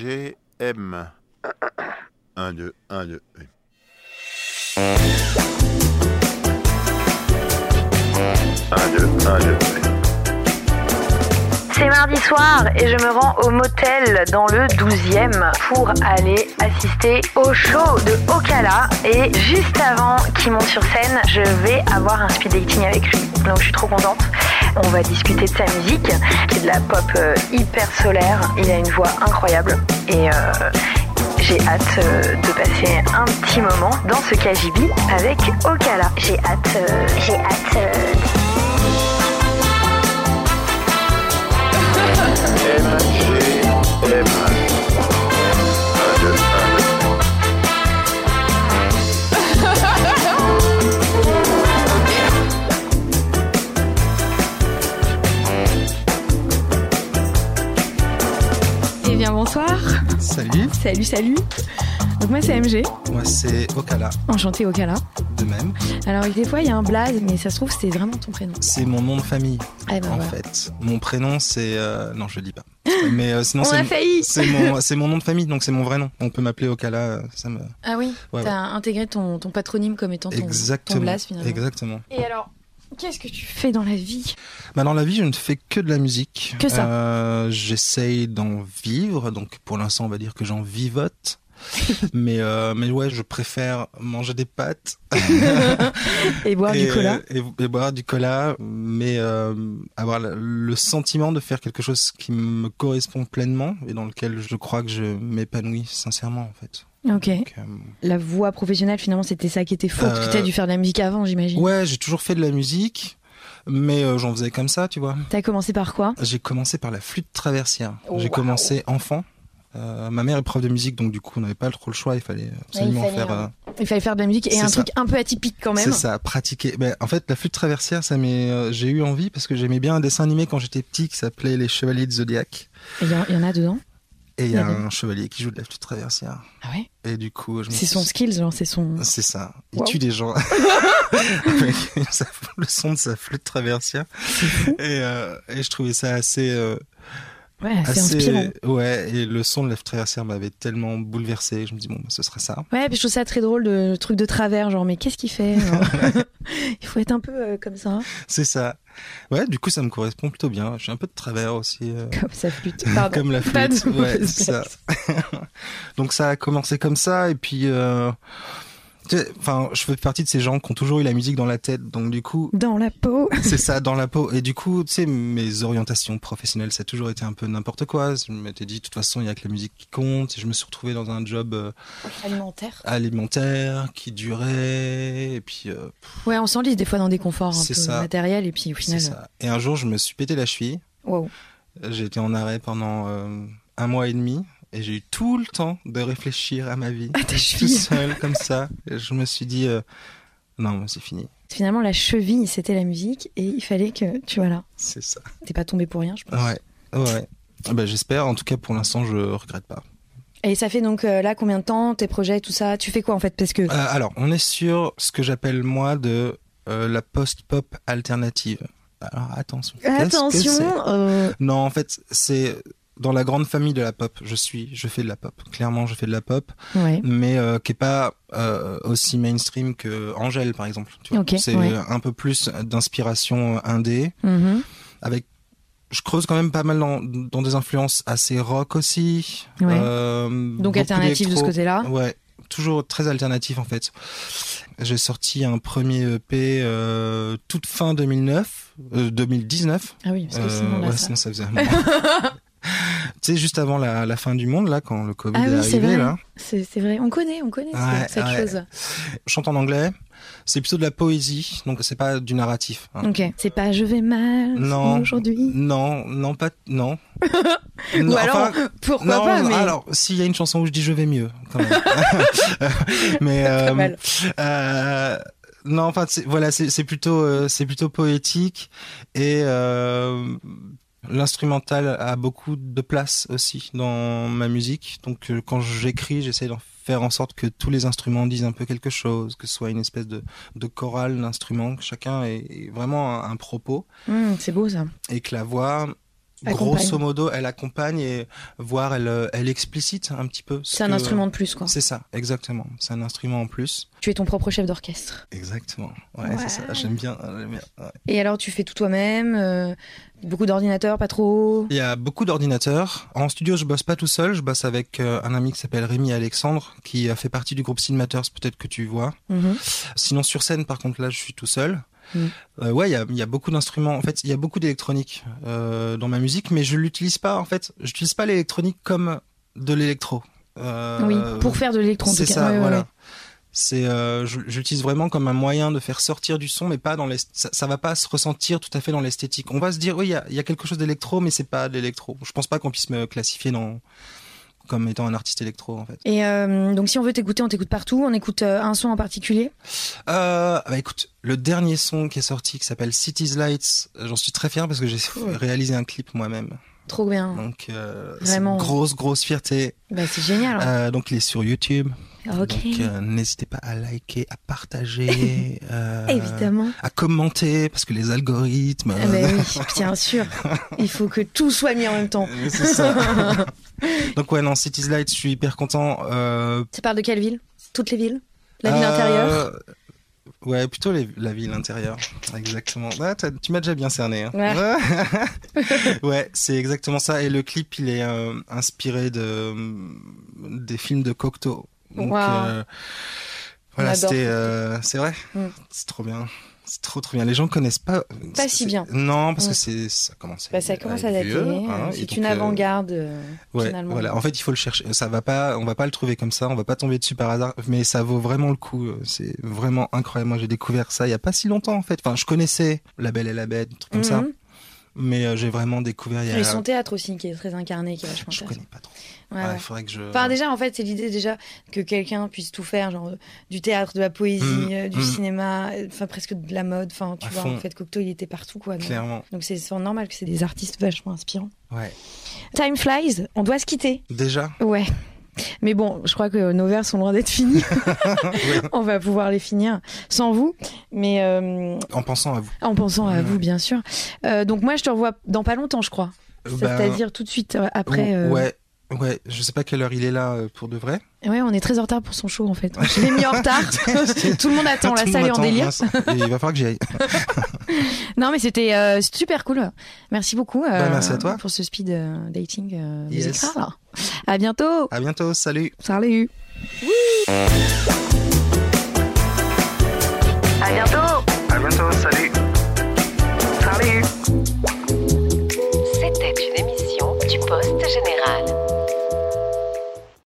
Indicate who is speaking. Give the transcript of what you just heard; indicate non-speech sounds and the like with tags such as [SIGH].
Speaker 1: MGM. 1, 2, 1, 2.
Speaker 2: C'est mardi soir et je me rends au motel dans le 12e pour aller assister au show de Okala. Et juste avant qu'il monte sur scène, je vais avoir un speed dating avec lui. Donc je suis trop contente. On va discuter de sa musique, qui est de la pop euh, hyper solaire. Il a une voix incroyable et euh, j'ai hâte euh, de passer un petit moment dans ce KGB avec Okala. J'ai hâte, euh, j'ai hâte. euh,
Speaker 1: MGM. 1, 2, 1, 2.
Speaker 3: Eh bien bonsoir,
Speaker 4: Salut,
Speaker 3: salut salut. Donc moi c'est MG,
Speaker 4: moi c'est Okala,
Speaker 3: enchanté Okala.
Speaker 4: de même.
Speaker 3: Alors des fois il y a un blaze mais ça se trouve c'est vraiment ton prénom.
Speaker 4: C'est mon nom de famille,
Speaker 3: Eh ben
Speaker 4: en
Speaker 3: voilà.
Speaker 4: fait. Mon prénom c'est... euh, Non, je le dis pas. Mais euh, sinon
Speaker 3: On a
Speaker 4: c'est...
Speaker 3: failli.
Speaker 4: C'est mon, c'est mon nom de famille, donc c'est mon vrai nom. On peut m'appeler Okala, euh, ça me...
Speaker 3: Ah oui,
Speaker 4: Ouais, ouais.
Speaker 3: t'as intégré ton, ton patronyme comme étant ton, ton
Speaker 4: Exactement.
Speaker 3: blaze finalement.
Speaker 4: Exactement.
Speaker 3: Et alors qu'est-ce que tu fais dans la vie
Speaker 4: Bah, dans la vie, je ne fais que de la musique.
Speaker 3: Que ça.
Speaker 4: Euh, J'essaye d'en vivre, donc pour l'instant, on va dire que
Speaker 3: [LAUGHS]
Speaker 4: j'en vivote. mais, euh, mais ouais, je préfère manger des pâtes.
Speaker 3: Et boire
Speaker 4: et,
Speaker 3: du cola
Speaker 4: et- et boire du cola, mais euh, avoir le- le sentiment de faire quelque chose qui me correspond pleinement et dans lequel je crois que je m'épanouis sincèrement en fait.
Speaker 3: Ok.
Speaker 4: Donc, euh,
Speaker 3: La voix professionnelle finalement c'était ça qui était faux parce que
Speaker 4: Euh,
Speaker 3: t'as dû faire de la musique avant j'imagine.
Speaker 4: ouais, j'ai toujours fait de la musique, mais euh, j'en faisais comme ça, tu vois.
Speaker 3: T'as commencé par quoi
Speaker 4: J'ai commencé par la flûte traversière.
Speaker 3: Wow.
Speaker 4: J'ai commencé enfant. Euh, ma mère est prof de musique, donc du coup, on n'avait pas trop le choix. Il fallait absolument
Speaker 3: fallait,
Speaker 4: faire.
Speaker 3: euh,
Speaker 4: euh,
Speaker 3: Il fallait faire de la musique et
Speaker 4: C'est
Speaker 3: un
Speaker 4: ça.
Speaker 3: truc un peu atypique quand même.
Speaker 4: C'est ça, pratiquer. Ben, en fait, la flûte traversière, ça m'est, euh, j'ai eu envie parce que j'aimais bien un dessin animé quand j'étais petit qui s'appelait Les Chevaliers de Zodiac.
Speaker 3: Et Il y, en- il y en a dedans
Speaker 4: Et il y a
Speaker 3: Mhm.
Speaker 4: un chevalier qui joue de la flûte traversière.
Speaker 3: Ah ouais
Speaker 4: Et du coup, je me
Speaker 3: C'est
Speaker 4: suis-
Speaker 3: son skill genre c'est son...
Speaker 4: C'est ça. Il
Speaker 3: Wow.
Speaker 4: tue des gens. [LAUGHS] Avec sa- le son de sa flûte traversière. Et, euh, et je trouvais ça assez, euh,
Speaker 3: Ouais c'est inspirant.
Speaker 4: ouais. Et le son de la flûte traversière m'avait tellement bouleversé. Je me dis bon, ben, ce serait ça.
Speaker 3: Ouais, puis je trouve ça très drôle, de- le truc de travers, genre, mais qu'est-ce qu'il fait [LAUGHS] genre Il faut être un peu euh, comme ça,
Speaker 4: C'est ça. Ouais. Du coup, ça me correspond plutôt bien. Je suis un peu de travers aussi. euh,
Speaker 3: comme ça flûte. Pardon.
Speaker 4: Comme la
Speaker 3: Pas
Speaker 4: flûte,
Speaker 3: de
Speaker 4: ouais,
Speaker 3: mauvaise
Speaker 4: c'est ça.
Speaker 3: blague.
Speaker 4: Donc ça a commencé comme ça, et puis, euh, tu sais, enfin, je fais partie de ces gens qui ont toujours eu la musique dans la tête, donc du coup,
Speaker 3: Dans la peau.
Speaker 4: c'est ça dans la peau. Et du coup, tu sais, mes orientations professionnelles, ça a toujours été un peu n'importe quoi. Je m'étais dit, de toute façon, il y a que la musique qui compte. Et je me suis retrouvé dans un job euh,
Speaker 3: Alimentaire.
Speaker 4: alimentaire qui durait, et puis euh,
Speaker 3: Ouais, on s'enlise des fois dans des conforts un
Speaker 4: C'est
Speaker 3: peu
Speaker 4: ça.
Speaker 3: matériels, et puis au
Speaker 4: c'est
Speaker 3: final. euh,
Speaker 4: ça. Et un jour, je me suis pété la cheville.
Speaker 3: Wow.
Speaker 4: J'ai été en arrêt pendant euh, un mois et demi et j'ai eu tout le temps de réfléchir à ma vie.
Speaker 3: Ah, ta
Speaker 4: Tout
Speaker 3: cheville.
Speaker 4: seul, comme ça. Et je me suis dit, euh, non, c'est fini.
Speaker 3: Finalement, la cheville, c'était la musique, et il fallait que. Tu vois là.
Speaker 4: C'est ça.
Speaker 3: T'es pas tombé pour rien, je pense.
Speaker 4: Ouais, ouais. Ah Bah, J'espère, en tout cas pour l'instant, je regrette pas.
Speaker 3: Et ça fait donc euh, là combien de temps, tes projets, tout ça Tu fais quoi en fait Parce que.
Speaker 4: Euh, alors, on est sur ce que j'appelle moi de euh, la post-pop alternative. Alors, attention. Qu'est-ce que c'est
Speaker 3: Attention euh,
Speaker 4: Non, en fait, c'est dans la grande famille de la pop. Je suis, je fais de la pop. Clairement, je fais de la pop,
Speaker 3: Ouais.
Speaker 4: mais euh, qui est pas euh, aussi mainstream que Angèle, par exemple. tu vois.
Speaker 3: Ok,
Speaker 4: c'est
Speaker 3: ouais.
Speaker 4: un peu plus d'inspiration indé.
Speaker 3: Mhm.
Speaker 4: avec je creuse quand même pas mal dans, dans des influences assez rock aussi.
Speaker 3: Ouais.
Speaker 4: Euh,
Speaker 3: Donc
Speaker 4: beaucoup
Speaker 3: alternative de ce
Speaker 4: d'électro.
Speaker 3: côté-là.
Speaker 4: Ouais, toujours très alternatif en fait. J'ai sorti un premier EP euh, toute fin 2009, euh, 2019.
Speaker 3: Ah oui, parce que
Speaker 4: Euh,
Speaker 3: sinon là.
Speaker 4: ouais,
Speaker 3: ça-
Speaker 4: sinon ça faisait
Speaker 3: [LAUGHS]
Speaker 4: un moment. tu sais, juste avant la, la fin du monde, là, quand le Covid
Speaker 3: Ah
Speaker 4: est
Speaker 3: oui, c'est
Speaker 4: arrivé,
Speaker 3: vrai.
Speaker 4: là.
Speaker 3: C'est c'est vrai, on connaît, on connaît
Speaker 4: Ouais,
Speaker 3: cette- cette
Speaker 4: ouais.
Speaker 3: chose.
Speaker 4: Je chante en anglais. C'est plutôt de la poésie, donc c'est pas du narratif. hein.
Speaker 3: Ok. C'est pas je vais mal
Speaker 4: Non.
Speaker 3: aujourd'hui.
Speaker 4: Non, non, pas, non.
Speaker 3: [LAUGHS] Ou
Speaker 4: Non,
Speaker 3: alors,
Speaker 4: enfin,
Speaker 3: pourquoi
Speaker 4: non,
Speaker 3: pas, mais
Speaker 4: alors s'il y a une chanson où je dis je vais mieux,
Speaker 3: [LAUGHS]
Speaker 4: quand même. [LAUGHS] mais
Speaker 3: pas
Speaker 4: euh,
Speaker 3: mal.
Speaker 4: euh, non, enfin c'est- voilà, c'est c'est plutôt euh, c'est plutôt poétique et euh, l'instrumental a beaucoup de place aussi dans ma musique. Donc euh, quand j'écris, j'essaie d'en faire en sorte que tous les instruments disent un peu quelque chose, que ce soit une espèce de, de chorale d'instruments, que chacun ait, ait vraiment un- un propos
Speaker 3: Hmm, c'est beau ça.
Speaker 4: et que la voix
Speaker 3: Accompagne.
Speaker 4: grosso modo, elle accompagne et voire elle, euh, elle explicite un petit peu. ce
Speaker 3: C'est un
Speaker 4: que-
Speaker 3: instrument de plus, quoi.
Speaker 4: C'est ça, exactement. C'est un instrument en plus.
Speaker 3: Tu es ton propre chef d'orchestre.
Speaker 4: Exactement. Ouais,
Speaker 3: Ouais.
Speaker 4: c'est ça. J'aime bien. euh, j'aime bien. Ouais.
Speaker 3: Et alors, tu fais tout toi-même. euh, beaucoup d'ordinateurs, pas trop.
Speaker 4: Il y a beaucoup d'ordinateurs. En studio, je bosse pas tout seul. Je bosse avec euh, un ami qui s'appelle Rémi Alexandre, qui a fait partie du groupe Cinemateurs, peut-être que tu vois.
Speaker 3: Mhm.
Speaker 4: Sinon, sur scène, par contre, là, je suis tout seul.
Speaker 3: Mm.
Speaker 4: Euh, ouais, il y a, il y a beaucoup d'instruments. En fait, il y a beaucoup d'électronique euh, dans ma musique, mais je l'utilise pas. En fait, je n'utilise pas l'électronique comme de l'électro. Euh,
Speaker 3: oui, pour faire de l'électron. en
Speaker 4: C'est
Speaker 3: tout cas.
Speaker 4: ça,
Speaker 3: Ouais, ouais,
Speaker 4: voilà.
Speaker 3: ouais.
Speaker 4: C'est, euh, je, je l'utilise vraiment comme un moyen de faire sortir du son, mais pas dans les, ça, ça va pas se ressentir tout à fait dans l'esthétique. On va se dire, oui, il y a, il y a quelque chose d'électro, mais c'est pas de l'électro. Je pense pas qu'on puisse me classifier dans, comme étant un artiste électro, en fait.
Speaker 3: Et euh, donc, si on veut t'écouter, on t'écoute partout. On écoute euh, un son en particulier.
Speaker 4: Euh, bah écoute, le dernier son qui est sorti, qui s'appelle Cities Lights, euh, j'en suis très fier parce que j'ai
Speaker 3: Cool.
Speaker 4: [LAUGHS] réalisé un clip moi-même.
Speaker 3: Trop bien.
Speaker 4: Donc, euh, c'est
Speaker 3: Vraiment.
Speaker 4: une grosse, grosse fierté.
Speaker 3: Bah, c'est génial.
Speaker 4: Euh, donc, il est sur YouTube.
Speaker 3: ok.
Speaker 4: Donc, euh, n'hésitez pas à liker, à
Speaker 3: [LAUGHS]
Speaker 4: partager, euh,
Speaker 3: Évidemment.
Speaker 4: à commenter parce que les algorithmes. euh,
Speaker 3: Ah bah
Speaker 4: [LAUGHS]
Speaker 3: oui, bien sûr. Il faut que tout soit mis en même temps.
Speaker 4: euh,
Speaker 3: [LAUGHS]
Speaker 4: c'est ça. donc, ouais, non, Cities Lights, je suis hyper content. Euh,
Speaker 3: Tu parles de quelle ville Toutes les villes La ville
Speaker 4: Euh,
Speaker 3: intérieure
Speaker 4: Ouais, plutôt les- la ville intérieure. Exactement. Ah, t'as- tu m'as déjà bien cerné. hein.
Speaker 3: [LAUGHS]
Speaker 4: ouais, c'est exactement ça. Et le clip, il est euh, inspiré de des films de Cocteau. Donc, euh,
Speaker 3: Waouh.
Speaker 4: voilà,
Speaker 3: adore
Speaker 4: c'était. euh, c'est vrai.
Speaker 3: Mm.
Speaker 4: C'est trop bien. C'est trop trop bien. Les gens connaissent pas. euh,
Speaker 3: Pas si
Speaker 4: c'est-
Speaker 3: bien.
Speaker 4: Non, parce
Speaker 3: Mm.
Speaker 4: que c'est ça commence.
Speaker 3: Bah, ça commence à dater.
Speaker 4: vieux,
Speaker 3: euh,
Speaker 4: hein, et
Speaker 3: c'est
Speaker 4: donc,
Speaker 3: une
Speaker 4: euh,
Speaker 3: avant-garde. euh,
Speaker 4: Ouais,
Speaker 3: finalement.
Speaker 4: voilà. En fait, il faut le chercher. Ça va pas, on va pas le trouver comme ça. On va pas tomber dessus par hasard. Mais ça vaut vraiment le coup. C'est vraiment incroyable. Moi, j'ai découvert ça il y a pas si longtemps, en fait. Enfin, je connaissais La Belle et la Bête, des trucs comme ça.
Speaker 3: Mhm.
Speaker 4: Mais euh, j'ai vraiment découvert il y a.
Speaker 3: Et son théâtre aussi, qui est très incarné, qui est vachement
Speaker 4: Je
Speaker 3: intéressant.
Speaker 4: connais euh. pas trop.
Speaker 3: Ouais,
Speaker 4: Ouais,
Speaker 3: ouais.
Speaker 4: Il faudrait que je.
Speaker 3: Enfin, déjà, en fait, c'est l'idée déjà que quelqu'un puisse tout faire, genre euh, du théâtre, de la poésie,
Speaker 4: Mhm.
Speaker 3: euh, du
Speaker 4: Mhm.
Speaker 3: cinéma, euh, enfin presque de la mode. Enfin, tu
Speaker 4: À
Speaker 3: vois,
Speaker 4: fond.
Speaker 3: en fait, Cocteau, il était partout, quoi. Donc-
Speaker 4: Clairement.
Speaker 3: Donc c'est c'est normal que c'est des artistes vachement inspirants.
Speaker 4: Ouais.
Speaker 3: Time flies, on doit se quitter.
Speaker 4: Déjà.
Speaker 3: Ouais. Mais bon, je crois que nos vers sont loin d'être
Speaker 4: [LAUGHS]
Speaker 3: finis.
Speaker 4: Ouais.
Speaker 3: on va pouvoir les finir sans vous, mais euh,
Speaker 4: En pensant à vous.
Speaker 3: en pensant à
Speaker 4: Ouais.
Speaker 3: vous, bien sûr. Euh, donc moi, je te revois dans pas longtemps, je crois.
Speaker 4: Ben,
Speaker 3: C'est-à-dire tout de suite euh, après. euh,
Speaker 4: Ouais. Ouais, je sais pas quelle heure il est là euh, pour de vrai.
Speaker 3: ouais, on est très en retard pour son show en
Speaker 4: [LAUGHS]
Speaker 3: fait. Je l'ai mis en retard. tout le monde attend, la
Speaker 4: Tout le
Speaker 3: salle
Speaker 4: monde
Speaker 3: est en
Speaker 4: attend,
Speaker 3: délire.
Speaker 4: mince. Et il va falloir que j'y aille.
Speaker 3: Non, mais c'était euh, super cool. Merci beaucoup euh,
Speaker 4: Bah, merci à toi.
Speaker 3: pour ce speed euh, dating euh,
Speaker 4: Yes.
Speaker 3: musical. À bientôt.
Speaker 4: À bientôt, salut.
Speaker 3: Salut.
Speaker 2: À bientôt.
Speaker 5: À bientôt, salut.
Speaker 2: Salut.
Speaker 6: C'était une émission du Poste Général.